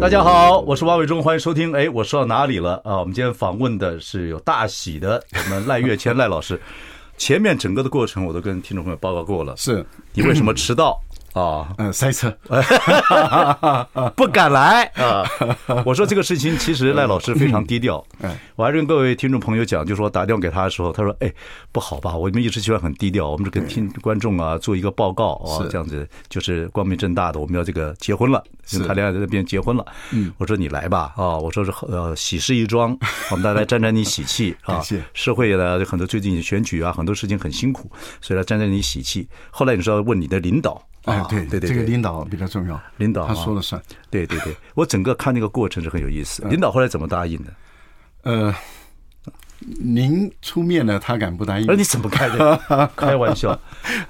大家好，我是王伟忠，欢迎收听。哎，我说到哪里了啊？我们今天访问的是有大喜的我们赖月谦赖老师。 前面整个的过程我都跟听众朋友报告过了，是，你为什么迟到啊？嗯，塞车， 不敢来啊！ 我说这个事情其实赖老师非常低调，嗯我还是跟各位听众朋友讲，就说打电话给他的时候，他说：“哎，不好吧？我们一直喜欢很低调，我们是跟听观众啊做一个报告啊，嗯是这样子就是光明正大的，我们要这个结婚了，是嗯谈恋爱在那边结婚了。”我说：“你来吧啊！”我说是呃喜事一 桩，我们大家来沾沾你喜气啊！感谢社会呢很多最近选举啊，很多事情很辛苦，所以来沾沾你喜气。后来你说要问你的领导哎啊，，对对对，这个对领导比较重要，领导啊他说了算。对对对，我整个看那个过程是很有意嗯思。领导后来怎么答应的？呃，您出面了，他敢不答应而？你怎么开的？ 开玩笑，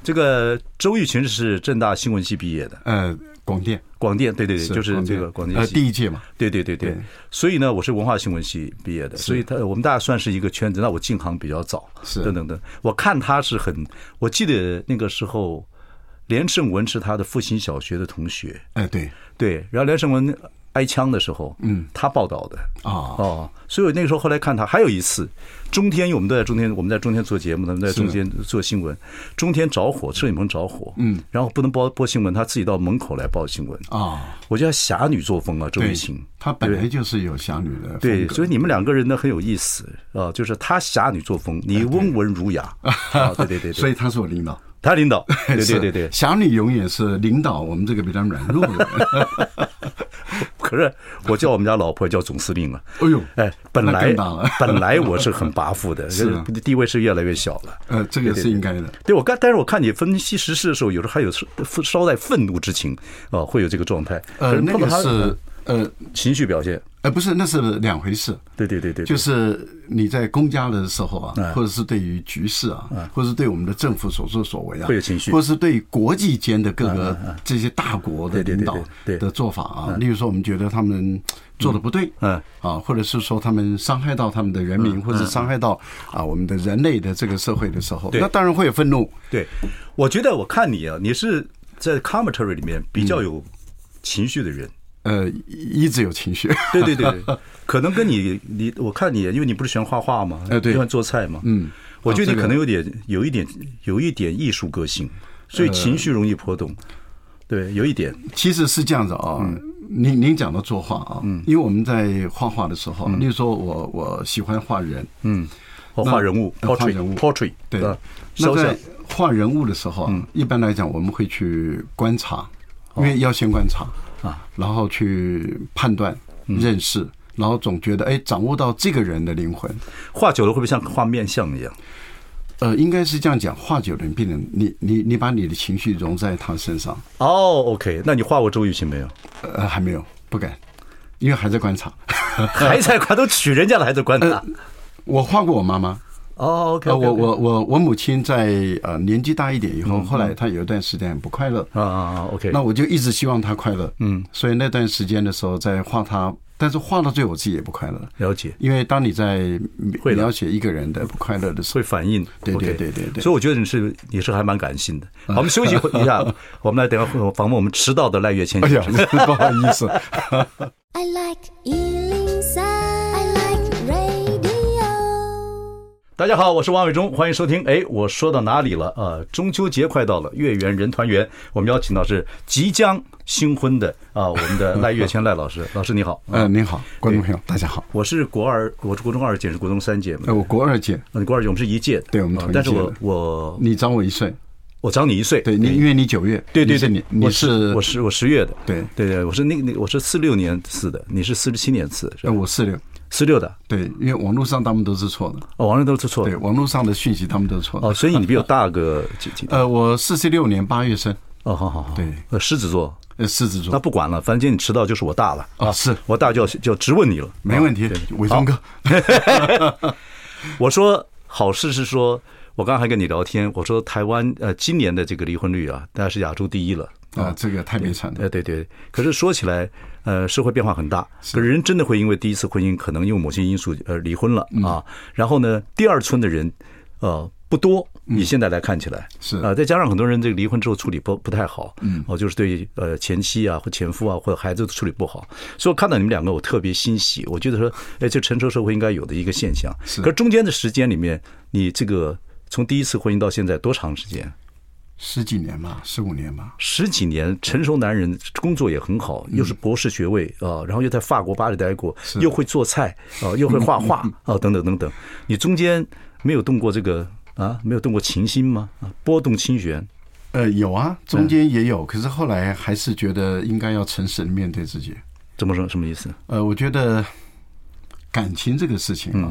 这个周玉群是正大新闻系毕业的，呃，广电广电对对对，就是广这电个广电呃系第一届嘛，对对对对对，所以呢，我是文化新闻系毕业的，所以他我们大家算是一个圈子。那我进行比较早，是等等等。我看他是很，我记得那个时候，连胜文是他的复兴小学的同学，哎，对，对，然后连胜文挨枪的时候，嗯，他报道的啊哦，所以我那个时候后来看他，还有一次，中天，因为我们都在中天，我们在中天做节目，他们在中天做新闻，中天着火，摄影棚着火，嗯，然后不能播播新闻，他自己到门口来报新闻，啊，我觉得侠女作风啊，周对雨晴，，他本来就是有侠女的对，风格所以你们两个人呢很有意思啊，就是他侠女作 风，你温文儒雅，啊，对对对，对所以他是我领导。哎他领 导，对对是对对，侠女永远是领导我们这个比较软弱的人。 可是我叫我们家老婆叫总司令了。哎呦，哎，本那来更大了本来我是很跋扈的， 是啊地位是越来越小了。呃，这个是应该的。对我刚，但是我看你分析时事的时候，有时候还有稍带愤怒之情啊、会有这个状态。可呃，那碰到个他是呃情绪表现。呃不是，那是两回事。对对对对，哎就是是你在公家的时候啊，或者是对于局势啊，或者是对我们的政府所作所为啊，会有情绪哎或者是对国际间的各个这些大国的对对领导对对哎的做法啊，例如说我们觉得他们做的不对，嗯啊，或者是说他们伤害到他们的人民，或者伤害到啊我们的人类的这个社会的时候，对那当然会有愤怒，对。我觉得我看你啊，你是在 commentary 里面比嗯较有情绪的人。呃，一直有情绪， 对对对，对可能跟你你我看你，因为你不是喜欢画画吗？哎对啊喜欢做菜吗？嗯，我觉得你可能有点有一点有一点艺术个性，所以呃情绪容易波动。对，有一点。其实是这样子啊、嗯您您讲到作画啊，因为我们在画画的时候，啊例如说我我喜欢画人，嗯，我画人物那呃画人物，portrait，portrait，对吧，那肖像在。画人物的时候啊，一般来讲我们会去观察，因为要先观察啊，然后去判断、认识，然后总觉得哎，掌握到这个人的灵魂。画久了会不会像画面相一样？呃，应该是这样讲，画久了，病人，你你你把你的情绪融在他身上，哦，OK，那你画过周雨晴没有？呃，还没有，不敢，因为还在观察。 还在观都娶人家了，还在观啊察。我画过我妈妈，哦，OK，呃，我我我我母亲在呃年纪大一点以后，后来她有一段时间很不快乐，啊啊啊，OK，那我就一直希望她快乐，嗯，所以那段时间的时候在画她，但是画到最后我自己也不快乐，了解，因为当你在会的描写一个人的不快乐的时会候，反应。对对 OK 对对对所以我觉得你是你是还蛮感性的。好，我们休息会一下，我们来等一下访问我们迟到的赖月谦哎先生呀， 不好意 思， I like Ealing Sound. I like radio. 大家好，我是王伟忠，欢迎收听。哎，我说到哪里了？呃，中秋节快到了，月圆人团圆，我们邀请到是即将新婚的啊、我们的赖月谦赖老师，老师你好。呃，您好，观众朋友，大家好，我是国二，我是国中二届，是国中三届嘛呃，。我国二届，那你国二届，我们是一届的，对我们啊同一但是届我的我你长我一岁，我长你一岁，对，你因为你九月，对对对，你是你我你是我是我十月的，对对对，我是那个那个我是四六年次的，你是四十七年次，是呃吧？我四六，四六的，对，因为网络上他们都是错的，哦，王仁都是错对，的，网络上的讯息他们都是错的哦，，所以你比我大个几几，呃，我四十六年八月生，哦，好好好，对呃，狮子座，呃，狮子那座不管了，反正你迟到就是我大了，啊，是我大就要就要直问你了，没问题哦啊对，伟忠哥，我说好事是说，我刚才还跟你聊天，我说台湾呃今年的这个离婚率啊，大概是亚洲第一了。啊，这个太悲惨了，呃，对对，可是说起来，呃，社会变化很大，可人真的会因为第一次婚姻可能因为某些因素呃离婚了嗯啊，然后呢，第二春的人呃不多，你现在来看起来嗯是啊、再加上很多人这个离婚之后处理不不太好，嗯，哦，就是对呃前妻啊或前夫啊或者孩子处理不好，所以我看到你们两个我特别欣喜，我觉得说，哎，这成熟社会应该有的一个现象，是可是中间的时间里面，你这个从第一次婚姻到现在多长时间？十几年吧，十五年吧，十几年，成熟男人工作也很好，嗯又是博士学位啊、然后又在法国巴黎待过，又会做菜啊、又会画 画啊、等等等等。你中间没有动过这个啊，没有动过情心吗？啊，波动心弦，呃，有啊，中间也有，可是后来还是觉得应该要诚实地面对自己。怎么说什么意思？呃，我觉得感情这个事情啊，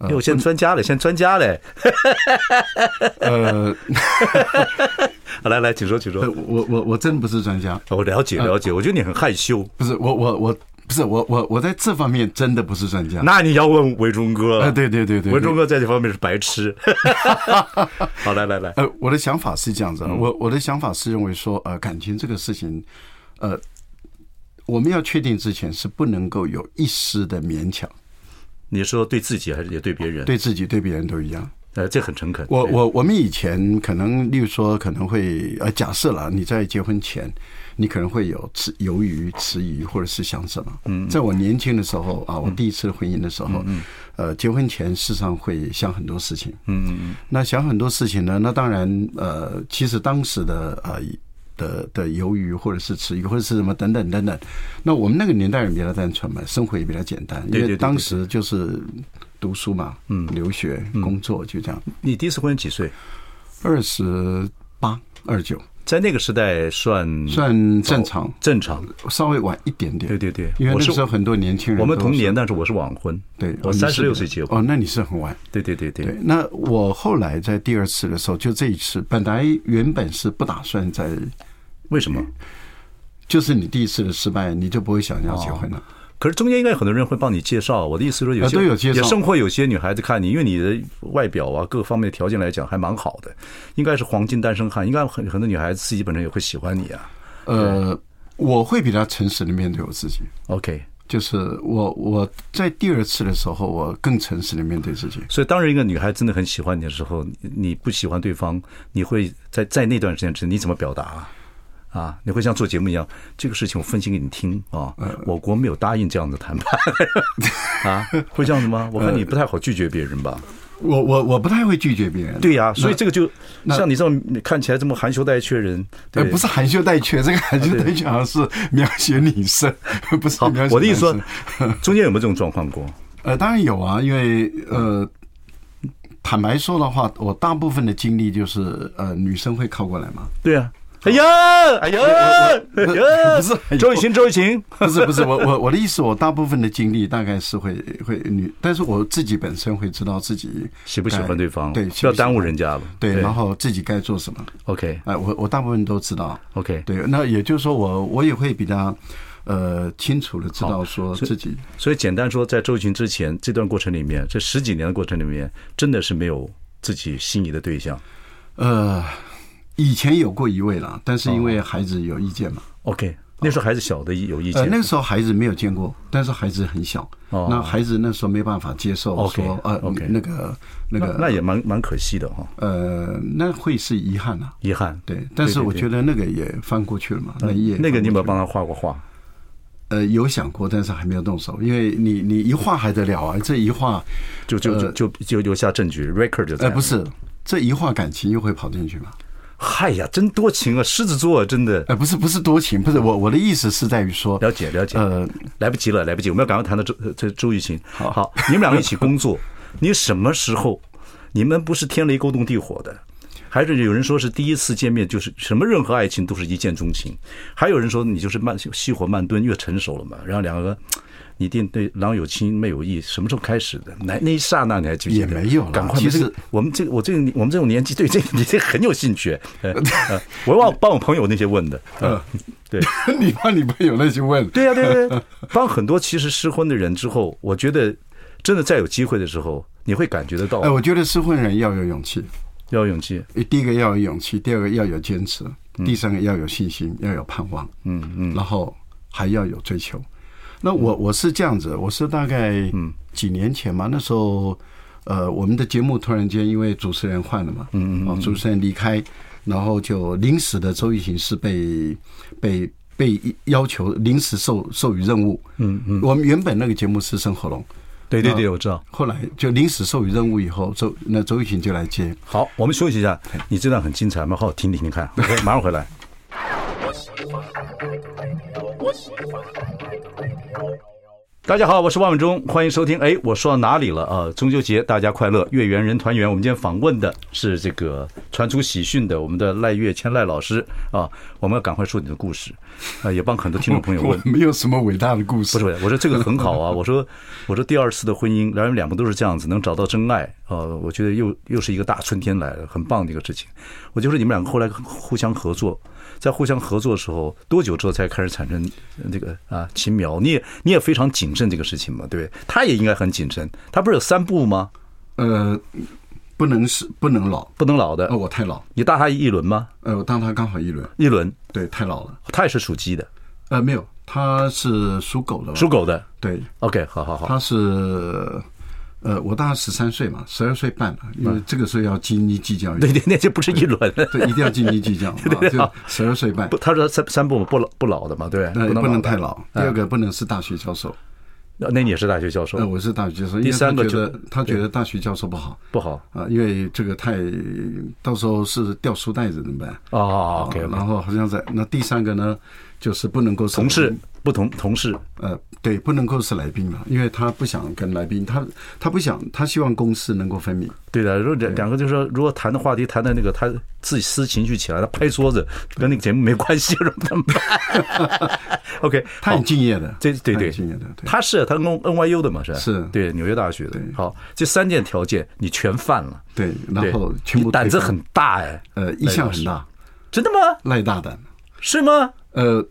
因为哎我现在专家了，现在专家嘞。 呃，好 来来，请说，请说呃。我我我真不是专家，我了呃解了解，我觉得你很害羞，不是我我我不是我我我在这方面真的不是专家。那你要问伟忠哥呃，对对对对，伟忠对。哥在这方面是白痴。 好，来来来，呃，我的想法是这样子啊，我我的想法是认为说，呃，感情这个事情，呃，我们要确定之前是不能够有一丝的勉强，你说对自己还是也对别人？，对自己对别人都一样。呃，这很诚恳。我我我们以前可能，例如说可能会呃，假设了你在结婚前，你可能会有迟犹豫、迟疑，或者是想什么。嗯，在我年轻的时候啊，我第一次婚姻的时候，呃，结婚前事实上会想很多事情。嗯嗯嗯。那想很多事情呢，那当然呃，其实当时的呃。的的鱿鱼，或者是吃鱼，或者是什么等等等等。那我们那个年代人比较单纯嘛，生活也比较简单，对因对为对当时就是读书嘛，嗯，留学、工作就这样。你第一次婚姻几岁？二十八、二九，在那个时代算算正常，正常。稍微晚一点点。嗯对对对因为我那是时候很多年轻人，我们同，年，但是我是晚婚。对，我哦你是三十六岁结婚。哦，那你是很晚。对对对对，对，那我后来在第二次的时候，就这一次，本来原本是不打算在，为什么？就是你第一次的失败，你就不会想要结婚了。可是中间应该有很多人会帮你介绍。我的意思说，有些啊都有介绍也甚或有些女孩子看你，因为你的外表啊，各方面的条件来讲还蛮好的，应该是黄金单身汉，应该很很多女孩子自己本身也会喜欢你啊。呃，我会比较诚实的面对我自己， OK，就是我我在第二次的时候，我更诚实的面对自己。所以当然一个女孩真的很喜欢你的时候，你你不喜欢对方，你会在在那段时间之内你怎么表达啊？啊，你会像做节目一样，这个事情我分析给你听啊。呃我国没有答应这样的谈判 啊，会这样子 吗？我呃看你不太好拒绝别人吧？我我我不太会拒绝别人。对呀、所以这个就那像你这种看起来这么含羞带怯的人，呃对，，不是含羞带怯， 这个含羞带怯好像是描写女生， 不是好描写男，生。我的意思说， 中间有没有这种状况过？呃，当然有啊，因为嗯呃，坦白说的话，我大部分的经历就是呃，女生会靠过来 嘛，对呀、哦哎呀，哎呀，哎呀，不是哎呦周雨晴，周雨晴，不是不是，我我我的意思，我大部分的经历大概是会会女，但是我自己本身会知道自己喜不喜该欢对方？哎对，不要耽误，误人家了。对，然后自己该做什么， ，OK 哎、我我大部分都知道， OK，对，那也就是说我我也会比较呃清楚的知道说自己。所以简单说，在周群之前这段过程里面，这十几年的过程里面，真的是没有自己心仪的对象。呃，以前有过一位啦，但是因为孩子有意见嘛， OK，那时候孩子小的有哦意呃，见，那时候孩子没有见过，但是孩子很小，哦那孩子那时候没办法接受 OK，说呃 OK 那个那那那个也蛮蛮可惜的哈，呃那会是遗憾啦。遗憾。对，但是我觉得得那个也翻过去了嘛，那也嗯那个你有没有翻过去了帮他画过画？呃有想过，但是还没有动手，因为你你一画还得了啊，这一画就就就呃就就留下证据，record 就在呃那不是这一画感情又会跑进去嘛，嗨呀，真多情啊，狮子座啊真的呃不是不是多情，不是我我的意思是在于说了解了解。呃 来不及了，来不及，我们要赶快谈到周呃这周玉琴。好 你们两个一起工作，你什么时候？你们不是天雷勾动地火的，还是有人说是第一次见面就是什么任何爱情都是一见钟情，还有人说你就是慢细火慢炖，越成熟了嘛。然后两个，你定对郎有情妹有意，什么时候开始的？那那一刹那你还记不记得？也没有啦赶快吧。其实这个我们这个我这个我们这种年纪对这个你这个很有兴趣。呃呃我忘帮我朋友那些问的。嗯，对。你怕你朋友那些问，对呀、对对对，帮很多其实失婚的人之后，我觉得真的再有机会的时候，你会感觉得到哎，我觉得失婚人要有勇气，要有勇气。第一个要有勇气，第二个要有坚持，第三个要有信心，要有盼望，嗯嗯，然后还要有追求。那我我是这样子，我是大概几年前嘛，那时候呃，我们的节目突然间因为主持人换了嘛，嗯嗯，主持人离开，然后就临时的周易行是被被被要求临时授授予任务，嗯嗯，我们原本那个节目是生喉咙，对对对，我知道。后来就临时授予任务以后，周那周玉琴就来接。好，我们休息一下。你这段很精彩，我们好好听听听看。OK，马上回来。大家好，我是万永忠，欢迎收听。哎，我说到哪里了啊？中秋节大家快乐，月圆人团圆。我们今天访问的是这个传出喜讯的我们的赖月谦赖老师啊。我们要赶快说你的故事啊，也帮很多听众朋友我问。没有什么伟大的故不事，是不是，我说这个很 好啊。我说我说第二次的婚姻，然后两个都是这样子，能找到真爱，呃，我觉得又又是一个大春天来了，很棒的一个事情。我就说你们两个后来互相合作，在互相合作的时候，多久之后才开始产生呃这个啊情苗？你也你也非常谨慎这个事情嘛，对不对？他也应该很谨慎，他不是有三不吗？呃，不能是不能老，不能老的呃，，我太老，你大他一轮吗？呃，我当他刚好一轮，一轮，对，太老了，他也是属鸡的，呃，没有，他是属狗的吧，属，狗的。对， OK，好好好，他是呃，我大他十三岁嘛，十二岁半嘛，因为这个时候要斤斤计较一嗯对点，对，那就不是一轮。对，一定要斤斤计较，啊就十二岁半 不，，他说三三不不老不老嗯的嘛，对不呃，对，不能太的老，第二个不能是大学教授，那那你也是大学教授呃，，我是大学教授，因嗯第为他三个觉就得他觉得大学教授不好。不好啊，因为这个太到时候是掉书袋子怎么办？哦啊，OK，然后好像在那第三个呢，就是不能够是同事不同同事呃，对，不能够是来宾了，因为他不想跟来宾，他他不想，他希望公司能够分明。对的，如果两两个就是说，如果谈的话题谈的那个他自己私情绪起来，他拍桌子，跟那个节目没关系，怎 么办？OK，他好很敬业的，哦这对他对很敬业的，对，他是他 N N Y U 的嘛是吧是对纽约大学的对。好，这三件条件你全犯了，对，对然后全你部胆子推翻很大哎，呃，一向很大，真的吗？赖大胆。是吗？呃，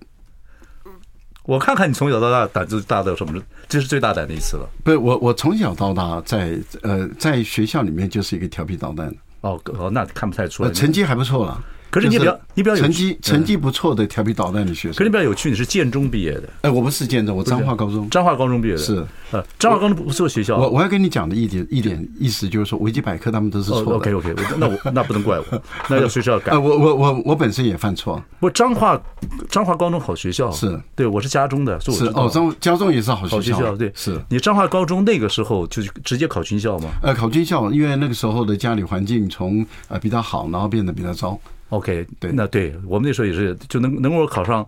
我看看你从小到大胆子大到什么，这是最大胆的一次了。不是我，我从小到大在呃在学校里面就是一个调皮捣蛋的，哦哦，那看不太出来呃，。成绩还不错了。可是你就比较你比较有成绩成绩不错的调皮捣蛋的学生，可是你比较有趣，你是建中毕业的，哎，我不是建中，我彰化高中。彰化高中毕业的，是呃，彰化高中不是学校，我我要跟你讲的一点一嗯点意思就是说，维基百科他们都是错的。 OK OK，那哦 我那不能怪我，那要随时要改呃，。我我我我本身也犯错，不，彰化彰化高中好学校，是对，我是家中的，所以我是知道哦，彰家中也是好好学校，校，对，是。你彰化高中那个时候就直接考军校吗呃，考军校，因为那个时候的家里环境从呃比较好，然后变得比较糟。 ？OK，对那对我们那时候也是，就能能够考上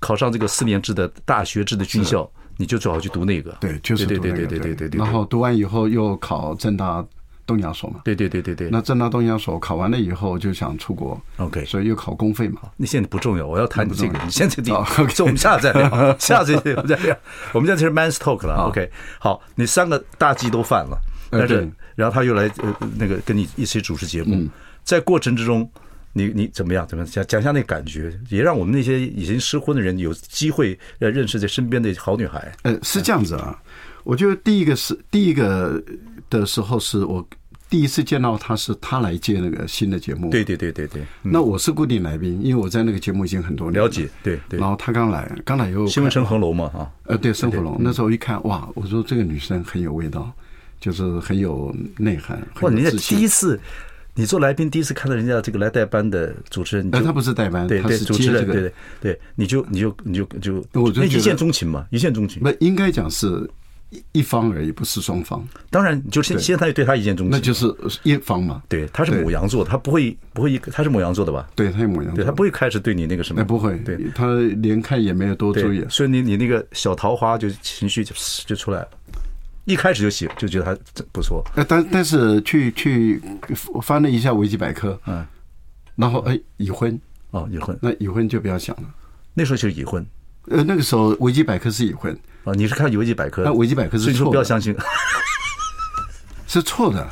考上这个四年制的大学制的军校，你就最好去读那个，对，就是对读那对个对对对对对，然后读完以后又考正大东亚所嘛，对对对对对，那正大东亚所考完了以后就想出国 OK 所以又考公费嘛。那现在不重要，我要谈你这个，你现在这哦个，这我们下次再 聊，下次我们再聊，我们现在是 man's talk 了。OK，好，你三个大忌都犯了，哦呃但是对嗯然后他又来呃那个跟你一起主持节目，在过程之中，你你怎么样？怎么样讲讲一下那感觉，也让我们那些已经失婚的人有机会呃认识这身边的好女孩。呃，是这样子啊，我觉得第一个是第一个的时候是我第一次见到他是他来接那个新的节目，对，对对对对，那我是固定来宾，因为我在那个节目已经很多年嗯了解，对对然，后他刚来，刚来以后新闻城红楼嘛啊，呃，对，生活龙那时候一看哇，我说这个女生很有味道，就是很有内涵，哇，很你有这自第一信。次。你做来宾第一次看到人家这个来代班的主持人，你就呃，他不是代班，对他对，是主接持这人，对个对，对，你就你就你就就，我就那觉一得见钟情嘛，一见钟情。不应该讲是一一方而已，不是双方，当然，你就先先他就对他一见钟情，那就是一方嘛。嗯对，他是母羊座，他不会不会一，他是母羊座的吧？对，他也模样。对他不会开始对你那个什么，哎，不会，对他连看也没有多注意对，，所以你你那个小桃花就情绪就就出来了，一开始就喜就觉得他不错，呃，但但是去去翻了一下维基百科，嗯，然后哎已婚，哦，已婚，那已婚就不要想了。那时候就是已婚呃，那个时候维基百科是已婚，啊。你是看维基百科，那维基百科是所以说错不要的，相信。是错的。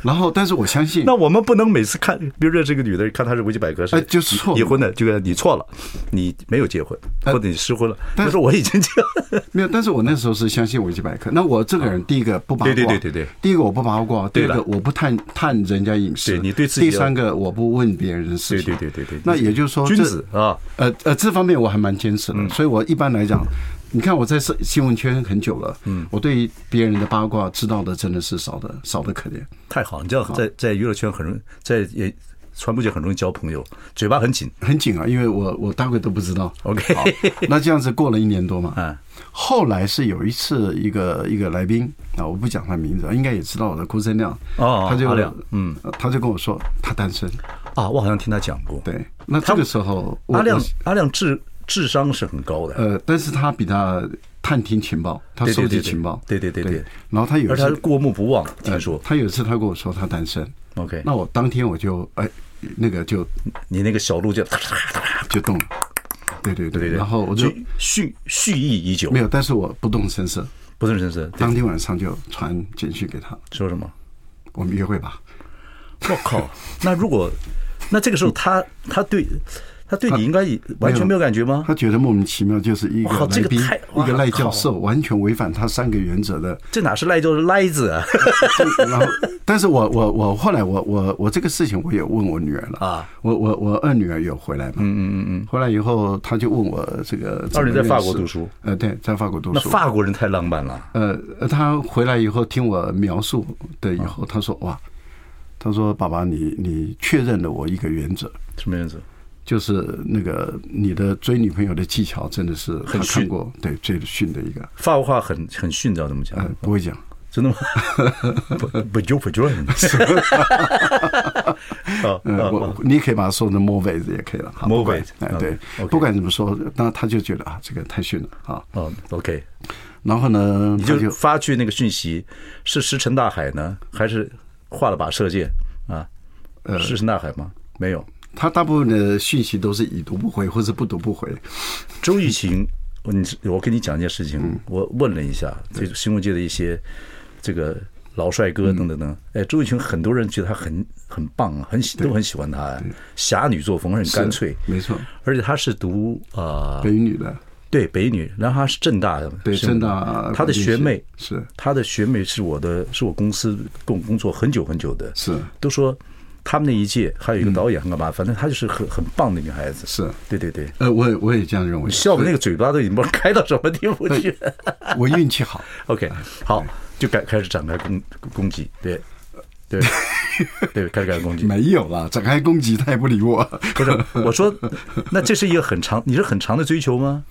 然后，但是我相信， 那我们不能每次看，比如说这个女的，看她是维基百科是哎就是错已婚的，这个你错了，你没有结婚，哎或者你失婚了，但但是我已经结婚。没有，但是我那时候是相信维基百科。那我这个人，第一个不八卦，啊对对对对对第一个我不八卦，第对二了个我不探探人家隐私，对你对自己第三个我不问别人的事情，对对对对对那也就是说，君这子啊，嗯呃呃，这方面我还蛮坚持的，所以我一般来讲，你看我在新新闻圈很久了，嗯，我对于别人的八卦知道的真的是少的少的可怜，太好，你这样在在娱乐圈很容易，在也传播界很容易交朋友，嘴巴很紧。很紧啊，因为我我大概都不知道。 OK，好，那这样子过了一年多嘛，嗯，后来是有一次一个一个来宾啊，我不讲他名字，应该也知道我的哭声量哦他就阿亮嗯，他就跟我说他单身，啊，我好像听他讲过，对，那这个时候我阿亮我阿亮智智商是很高的，呃，但是他比他探听情报，他对对对收集对情报，对对对对然后他有而一且他次过目不忘，呃听说。他有一次他跟我说他单身， OK，呃那我当天我就哎那个就你那个小鹿就就动了，对对对，对对，然后我就蓄蓄蓄意已久没，有，但是我不动声色，不是真是对当天晚上就传简讯给他，说什么？我们约会吧。我靠！那如果那这个时候他他对他对你应该也完全没有感觉吗？他觉得莫名其妙，就是一个哇这来个宾太，一哇个赖教靠授，完全违反他三个原则的。这哪是赖就是赖子啊！然后， 但是我我我后来我我我这个事情我也问我女儿 了啊，我我我二女儿有回来嘛，嗯嗯嗯，回来以后她就问我这个怎么二女在认识法国读书，呃，对，在法国读那书，法国人太浪漫了，呃，他回来以后听我描述的以啊后，他说哇，他说爸爸你你确认了我一个原则，什么原则？就是那个你的追女朋友的技巧真的是很他看逊嗯过对最逊的一个，法国话很很逊，知道怎么讲呃吗？，不会讲。真的吗？不不就不就 啊呃，我啊！你也可以把它说成 movies 也可以了哈 Movies，不管哎，对 OK，OK，不管怎么说，那他就觉得啊，这个太逊了啊。哦，OK，然后呢，你他就就发去那个讯息，是石沉大海呢，还是画了把射箭啊？石沉大海吗？没有。他大部分的讯息都是已读不回或是不读不回，周玉琴，我你我跟你讲一件事嗯情，我问了一下这个新闻界的一些这个老帅哥等等等，嗯哎，周玉琴很多人觉得她很很棒啊，很喜都很喜欢她啊，侠女作风很干脆，啊没错，而且她是读啊北女的对北女，然后她是正大的，对是吗正大她的学妹是她的学妹是我的，是我公司跟我工作很久很久的，是嗯都说。他们那一届还有一个导演很干嘛，反正她就是很很棒的女孩子。是对对对，呃，我也我也这样认为，笑的那个嘴巴都已经不知道开到什么地步去。我运气好， OK，好，就开开始展开攻攻击，对， 对，对，开始展开攻击。没有啦，展开攻击他也不理我，不是，我说，那这是一个很长，你是很长的追求吗？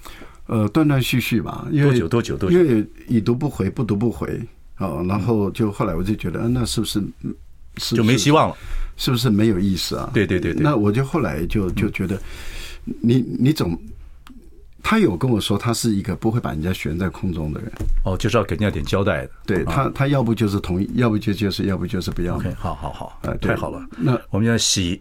呃，断断续续吧，因为多久多久多久因为已读不回，不读不回，哦，然后就后来我就觉得，嗯，那是不是嗯是就没希望？望了。是不是没有意思啊？对对对对嗯那我就后来就就觉得，你你总，他有跟我说他是一个不会把人家悬在空中的人，哦，就是要给人家点交代的。对他他要不就是同意，要不就就是要不就是不要。啊 OK，好好好哎，对太好了。那我们要洗，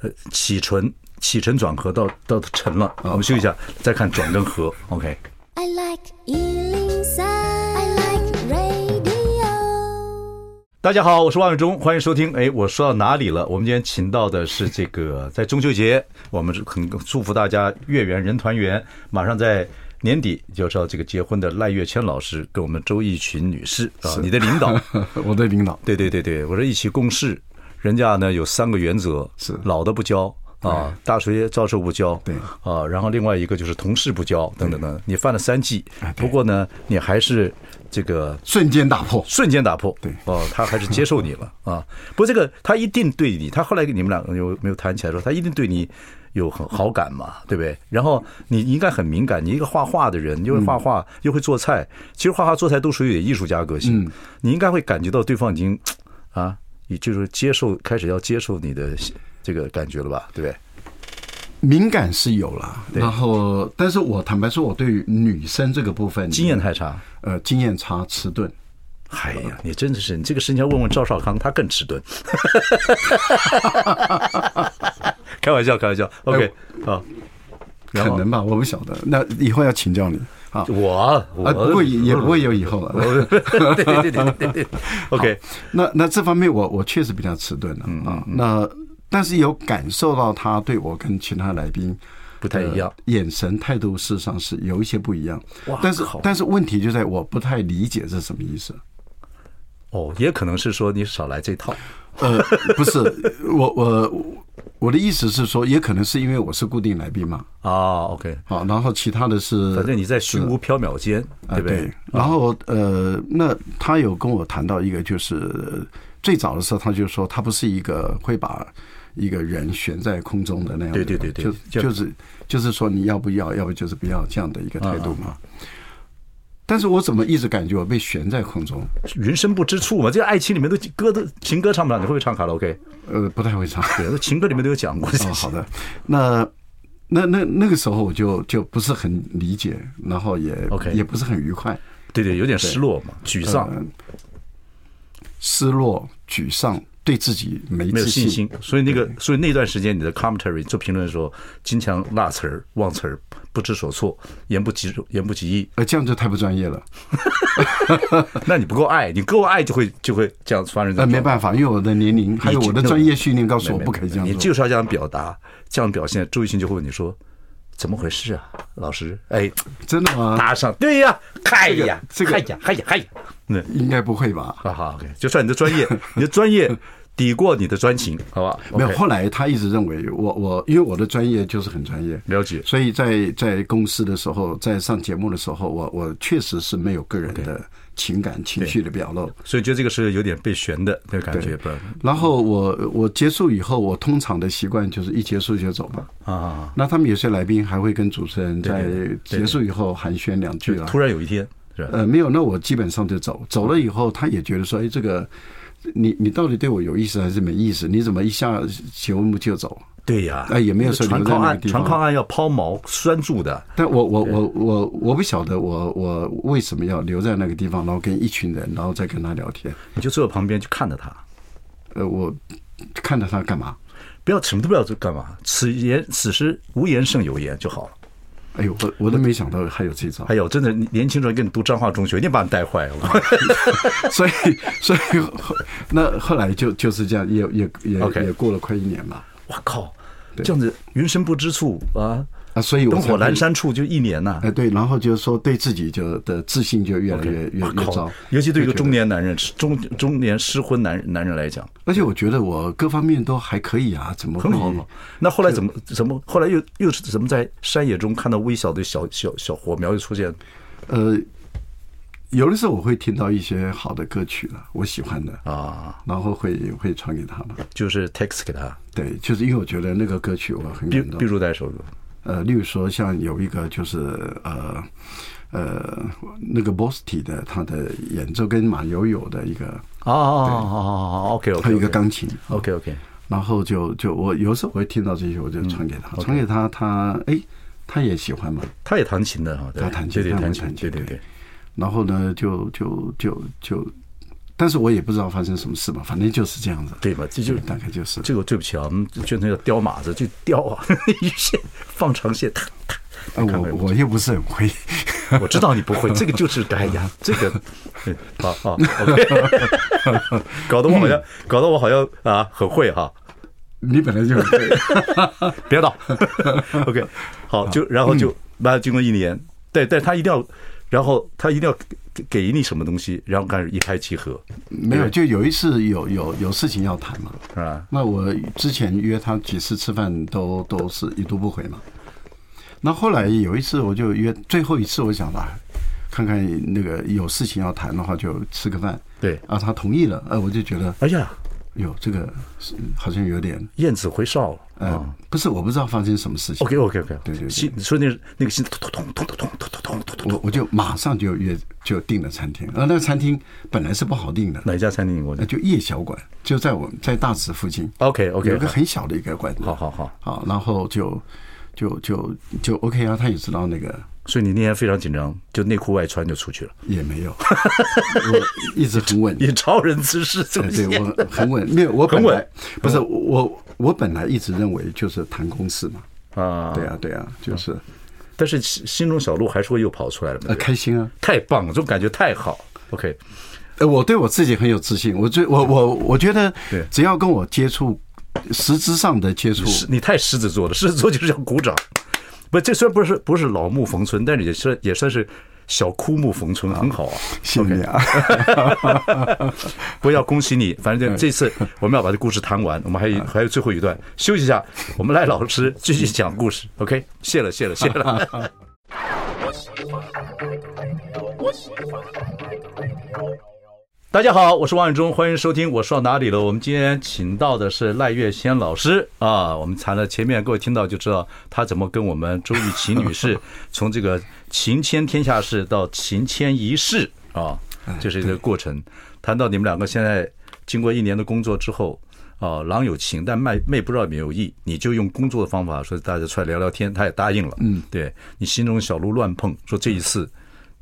呃，起唇，起沉转合到到沉了，啊我们休息一下，再看转跟合。OK。 I like Ealing Sound. I like radio. 大家好，我是万伟忠，欢迎收听。哎，我说到哪里了？我们今天请到的是这个， 在中秋节，我们是很祝福大家月圆人团圆。马上在年底就是要这个结婚的赖月谦老师跟我们周逸群女士啊，你的领导， 我的领导对对对对，我说一起共事。人家呢有三个原则，是老的不教啊，大学教授不教，对啊，然后另外一个就是同事不教等等等。你犯了三忌哎，对不过呢，你还是这个瞬间打破，瞬间打破。对哦，他还是接受你了啊。不过这个他一定对你，他后来跟你们两个有没有谈起来说，他一定对你有很好感嘛，对不对？然后你应该很敏感，你一个画画的人，你又会画画，又会做菜，其实画画做菜都属于艺术家个性，你应该会感觉到对方已经啊，也就是接受开始要接受你的这个感觉了吧，对不对？敏感是有了，对然后但是我坦白说，我对于女生这个部分经验太差。呃经验差迟钝，哎呀，你真的是，你这个事情要问问赵少康，他更迟钝。 开玩笑，开玩笑。OK，啊，可然后嗯能吧，我不晓得。那以后要请教你啊。我我嗯啊，不过也也不会有以后 了。啊对对对对对对，OK，嗯那那这方面我我确实比较迟钝了啊。那但是有感受到他对我跟其他来宾不太一样呃，眼神态度事实上是有一些不一样哇。但是靠但是问题就在我不太理解这什么意思。哦，也可能是说你少来这套，呃， 不是，我我我的意思是说，也可能是因为我是固定来宾嘛，啊，OK，啊，然后其他的是反正你在虚无缥缈间，啊对不呃对？然后呃，那他有跟我谈到一个，就是呃最早的时候，他就说他不是一个会把一个人悬在空中的那样的对对人，对对就就就是就是说你要不要，要不就是不要这样的一个态度啊嘛。但是我怎么一直感觉我被悬在空中？云深不知处嘛，这个爱情里面都歌都情歌唱不了，你会不会唱卡拉 OK？呃，不太 会唱。对，那情歌里面都有讲过。哦，好的，那那那那个时候我就就不是很理解，然后也 OK 也不是很愉快，对对，有点失落嘛，沮丧，呃失落、沮丧，对自己没没有自信心。所以那个，所以那段时间你的 commentary 做评论的时候，经常辣词儿、忘词儿、不知所措、言不及言不及义。呃，这样就太不专业了。那你不够爱，你够爱就会就会这样发生这呃，种状况。没办法，因为我的年龄还有我的专业训练告诉我不可以这样你做。就是要这样表达，这样表现，周一迅就会问你说。怎么回事啊，老师？哎，真的吗？搭上，对呀，嗨呀，啊这个啊嗨呀，嗨呀，嗨呀，那应该不会吧？哈哈，OK，就算你的 专业，你的专业抵过你的专情，好吧？没有， OK，后来他一直认为我我因为我的专业就是很专业，了解所以在在公司的时候，在上节目的时候，我我确实是没有个人的情感情绪的表露。所以觉得这个是有点被悬的那个感觉，对不然然后我我结束以后，我通常的习惯就是一结束就走嘛。啊，那他们有些来宾还会跟主持人在对对对结束以后寒暄两句就啊。突然有一天是吧？呃，没有，那我基本上就走。走了以后，他也觉得说，哎，这个你你到底对我有意思还是没意思？你怎么一下节目就走？对呀，哎也没有说船留在靠那个岸，地船方靠岸要抛锚拴住的，但我我我我我不晓得我我为什么要留在那个地方，然后跟一群人，然后再跟他聊天。你就坐在旁边就看着他，呃，我看着他干嘛？不要什么都不要做，干嘛？此言此时无言胜有言就好了。哎呦，我我都没想到还有这招哎。呦，真的，你年轻时候跟你读彰化中学，一定把你带坏了。 所以，所以后那后来就就是这样，也也也 OK 也过了快一年吧。我靠，这样子云深不知处啊，啊，所以我灯才火会阑。珊处就一年呐、哎，对，然后就是说对自己就的自信就越来越越我越靠糟，，尤其对一个就觉得中年男人、中中年失婚男男人来讲，而且我觉得我各方面都还可以啊，怎么会很好嘛。那后来怎么怎么后来又又是怎么在山野中看到微小的小小小火苗又出现？呃，有的时候我会听到一些好的歌曲了，我喜欢的啊，然后会会传给他们。就是 text 给他，对，就是因为我觉得那个歌曲我很必感动必。如在手中。呃，例如说像有一个就是呃呃那个 Bosti 的他的演奏跟马友友的一个，哦哦，OK 还 OK，有一个钢琴。 OK OK，然后就就我有时候我会听到这些，我就传给他，嗯 OK 传给他，他哎他也喜欢嘛。他也弹琴的哈，对他弹琴对对他会弹弹对琴对对，然后呢，就就就就，但是我也不知道发生什么事嘛，反正就是这样子。对嘛，这就大概就是这个对不起啊，我们宣传叫雕马子，就雕啊，鱼线放长线，踏踏呃看我我又不是很 会，我知道你不会，这个就是哎呀，这个，嗯好好，OK，搞得我好像，搞得我好像啊很会哈，你本来就很会。别闹，OK，好，就然后就把它经过一年，对，但他一定要，然后他一定要给给你什么东西，然后开始一拍即合， 没有，就有一次有有有事情要谈嘛。是吧？那我之前约他几次吃饭都都是一都不回嘛。那后来有一次我就约最后一次，我想吧，看看那个有事情要谈的话就吃个饭。对啊，他同意了，呃，我就觉得，哎呀，哟，这个是好像有点，燕子回哨了啊。呃，不是，我不知道发生什么事情。 OK OK OK，对对对心所以那那个心咚咚咚咚咚咚咚咚咚咚我咚，我就马上就约就订了餐厅，然后那个餐厅本来是不好订的，哪一家餐厅？我那就夜小馆，就在我们在大池附近 OK 哦 OK，有一个很小的一个馆子，好好好，好，然后就就就就 OK 啊，他也知道那个所以你那天非常紧张，就内裤外穿就出去了，也 没有，我一直很稳。以超人姿势出哎，对现。我很稳，没有我本很来稳嗯不是我我本来一直认为就是谈公事嘛，啊，对。啊对啊，就是但是心心中小鹿还是会又跑出来了嘛，呃对不对开心啊，太棒了，这种感觉太好。OK，呃，我对我自己很有自信，我最我我我觉得对，只要跟我接触，实质上的接触，是你太狮子座了，狮子座就是要鼓掌。不，这虽然不是不是老木逢春，但是也算也算是小枯木逢春，很好啊。谢谢你啊，不要恭喜你，反正这次我们要把这故事谈完，我们还有还有最后一段，休息一下，我们赖老师继续讲故事。OK，谢了，谢了，谢了。大家好，我是王永忠，欢迎收听。我说到哪里了？我们今天请到的是赖月仙老师啊。我们谈了前面，各位听到就知道他怎么跟我们周玉琴女士从这个秦迁天下事到秦迁一世啊，这是一个过程。谈到你们两个现在经过一年的工作之后啊，郎有情，但妹妹不知道有没有意，你就用工作的方法说大家出来聊聊天，他也答应了。嗯，对你心中小鹿乱碰，说这一次。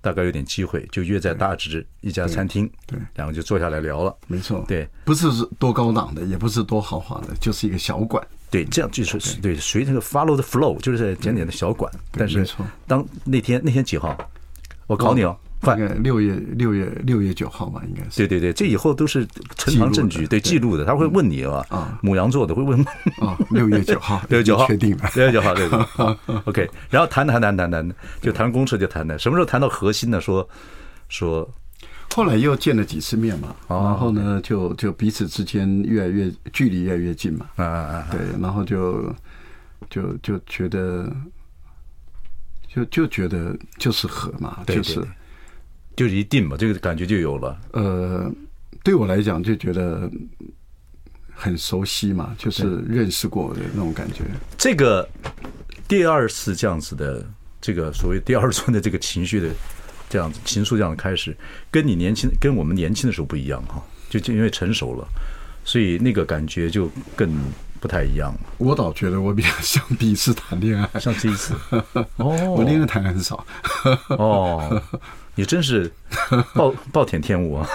大概有点机会，就约在大直一家餐厅，对对两个就坐下来聊了。 没错，对，不是多高档的，也不是多豪华的，就是一个小馆，对，这样就是对，随那个 follow the flow，就是简简的小馆。对但没是错当那天那天几号？我考你哦，快大！概六月六月六月九号吧，应该是。对对对，这以后都是呈堂证据，记录的对对记录的，他会问你啊啊，母羊座的会 问，啊， 六月九号六月九号确定了。六月九号，对对 对 OK，然后谈谈谈谈谈，就谈公事就谈谈，什么时候谈到核心呢？说说后来又见了几次面嘛，哦然后呢，就就彼此之间越来越距离越来越近嘛，啊啊啊，对，然后就就就觉得，就就觉得就适合嘛，对就是对对就是一定嘛，这个感觉就有了。呃，对我来讲就觉得很熟悉嘛，就是认识过的那种感觉。这个第二次这样子的这个所谓第二春的这个情绪的这样子情愫这样的开始，跟你年轻跟我们年轻的时候不一样哈，就就因为成熟了，所以那个感觉就更不太一样了。我倒觉得我比较像第一次谈恋爱，像这一次，哦，我恋爱谈的很少， 哦，你真是 暴暴殄天物啊！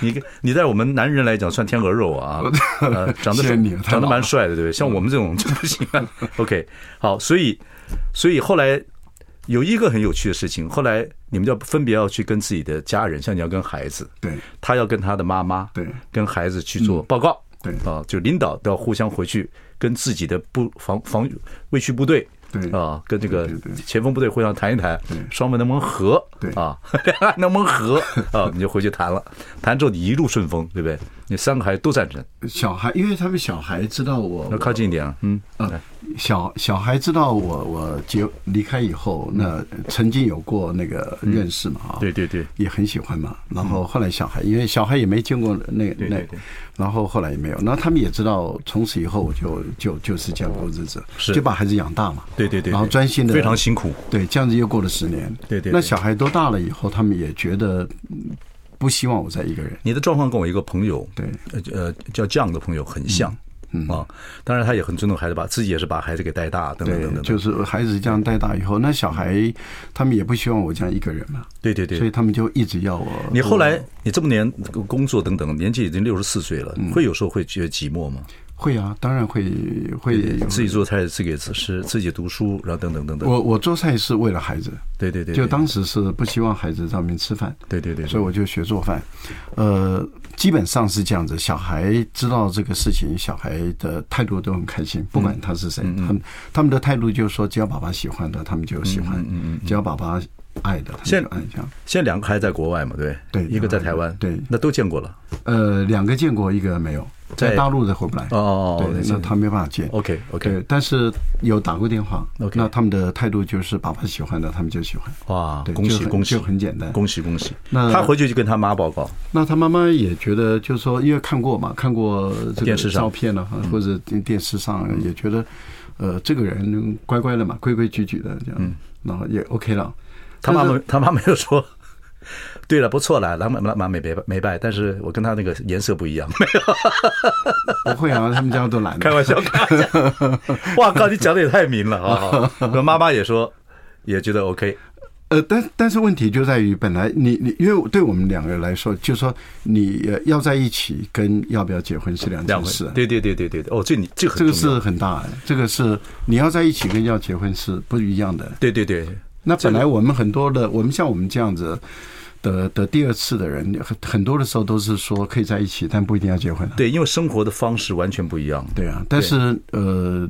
你你在我们男人来讲算天鹅肉啊，呃、长得 谢谢你太长得好蛮了帅的，对不对？像我们这种就不行啊。OK，好，所以所以后来有一个很有趣的事情，后来你们要分别要去跟自己的家人，像你要跟孩子，对他要跟他的妈妈，对嗯跟孩子去做报告，对啊，就领导都要互相回去跟自己的部防防卫区部队，对啊，跟这个对对对前锋部队互相谈一谈，双方能不能和，对啊， 两岸能不能和啊，你就回去谈了，谈之后你一路顺风，对不对？你三个孩子都赞成，小孩，因为他们小孩知道我那靠近一点啊，嗯，呃，小小孩知道我我结离开以后，那曾经有过那个认识嘛啊，嗯对对对，也很喜欢嘛。然后后来小孩，因为小孩也没见过那对那对对，然后后来也没有。然后他们也知道，从此以后我就就就是这样过日子，是就把孩子养大嘛。对对对对然后专心的非常辛苦，对，这样子又过了十年。对对对那小孩都大了以后，他们也觉得嗯不希望我再一个人。你的状况跟我一个朋友，对，嗯呃呃叫酱的朋友很像。啊，当然他也很尊重孩子，把自己也是把孩子给带大，等等等对等，等。就是孩子这样带大以后，那小嗯孩他们也不希望我这样一个人嘛。对对对，所以他们就一直要我。你后来你这么年呃工作等等，年纪已经六十四岁了，嗯会有时候会觉得寂寞吗？会啊，当然会会有自己做菜，自己给吃，自己读书，然后等等等等。我我做菜是为了孩子，对对对，就当时是不希望孩子上面吃饭，对对对，所以我就学做饭。呃，基本上是这样子。小孩知道这个事情，小孩的态度都很开心，嗯不管他是谁，他们他们的态度就是说，只要爸爸喜嗯欢的，他们就喜欢；只要爸爸爱的，他现们就爱。这样，现在两个还在国外嘛，对对一个在台湾，对那都见过了。呃，两个见过，一个没有，在在大陆的回不来。哦哦哦对，那那他没办法见。 OK OK，对，但是有打过电话 OK 那他们的态度就是爸爸喜欢的，他们就喜欢。哇，对啊恭就喜很恭喜，就很简单恭喜恭喜。那他回去就跟他妈报告，那他妈妈也觉得，就是说，因为看过嘛，看过这个电视上嗯照片了、或者电电视上也觉得，呃，这个人嗯乖乖的嘛，规规矩矩的这样，然后也 OK 了。 他妈妈他妈没有说对了，不错了，蓝蓝蓝美没没拜，但是我跟他那个颜色不一样，没有，不会啊，他们家都懒 开得。玩 笑，开玩笑。哇靠，你讲的也太明了 啊！那妈妈也说，也觉得 OK，呃，但但是问题就在于，本来你你，因为对我们两个人来说，就是说你呃要在一起跟要不要结婚是两两件回事啊。对对对对对对，哦，这你这个这很个重要是很大的，这个是你要在一起跟要结婚是不一样的。对对对，那本来我们很多的，我们像我们这样子的的第二次的人，很很多的时候都是说可以在一起，但不一定要结婚啊。对，因为生活的方式完全不一样。对啊，但是呃，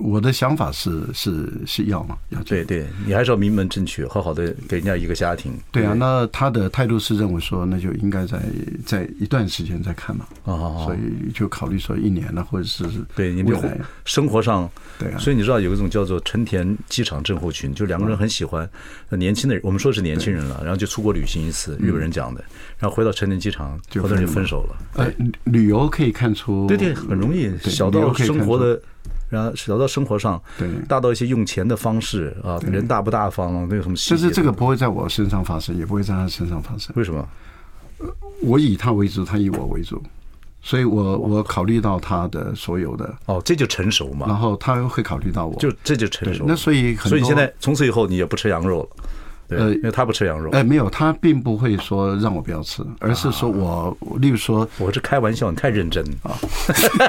我的想法是是是要嘛，要结对婚。对，你还是要名门正娶，好好的给人家一个家庭。对啊，那他的态度是认为说，那就应该在在一段时间再看嘛，哦哦哦所以就考虑说一年了，或者是对你未们来，生活上，对啊所以你知道有一种叫做成田机场症候群，就两个人很喜欢呃年轻的人，我们说是年轻人了，然后就出国旅行一次，日本人讲的，然后回到成田机场，嗯就回头就分分手了。呃，旅旅游可以看出，对对，很容易，嗯对小旅游到可以看生活出的，然后小到生活上，对大到一些用钱的方式啊，人大不大方，啊那有什么细节就的？是这个不会在我身上发生，也不会在他身上发生。为什么？我以他为主，他以我为主，所以我我考虑到他的所有的，哦，这就成熟嘛然，后他会考虑到我。就这就成熟了。啊对那所以很多所以你现在从此以后你也不吃羊肉了，对，呃因为他不吃羊肉。哎，没有，他并不会说让我不要吃，而是说啊我，我例如说，我是开玩笑，你太认真啊！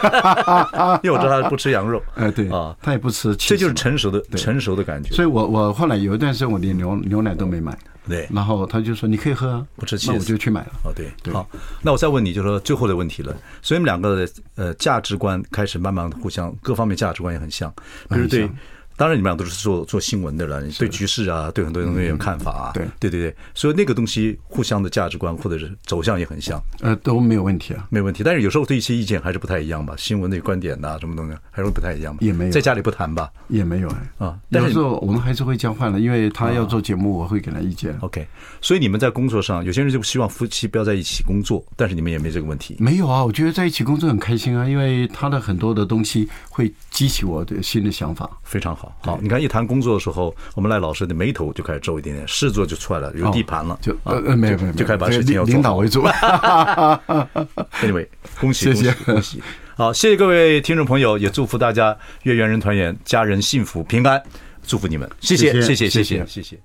因为我知道他不吃羊肉，哎，对啊，他也不吃 cheese 这嘛，就是成熟的成熟的感觉。所以我我后来有一段时间我连牛牛奶都没买，对然后他就说你可以喝啊，不哎吃那我 cheese 就去买了。哦，对，好，那我再问你，就说最后的问题了。所以你们两个的呃价值观开始慢慢地互相，各方面价值观也很像，比如对很像，当然你们俩都是做做新闻的了，你对局势啊，对很多东西有看法啊，嗯对对对对，所以那个东西互相的价值观或者是走向也很像，呃，都没有问题啊，没问题。但是有时候对一些意见还是不太一样吧，新闻的观点呐、什么东西还是会不太一样吧。也没有在家里不谈吧。也没有哎啊但有是啊时候我们还是会交换的，因为他要做节目，我会给他意见。啊 OK，所以你们在工作上，有些人就希望夫妻不要在一起工作，但是你们也没这个问题。没有啊，我觉得在一起工作很开心啊，因为他的很多的东西会激起我的新的想法。非常好，好，你看一谈工作的时候，我们赖老师的眉头就开始皱一点点，事做就出来了，有地盘了，就啊呃呃没有没有，没有就开始把这事情要领做领导 为主。 Anyway，恭喜恭谢喜谢恭喜！好，谢谢各位听众朋友，也祝福大家月圆人团圆，家人幸福平安，祝福你们，谢谢谢谢谢谢谢谢谢谢谢谢。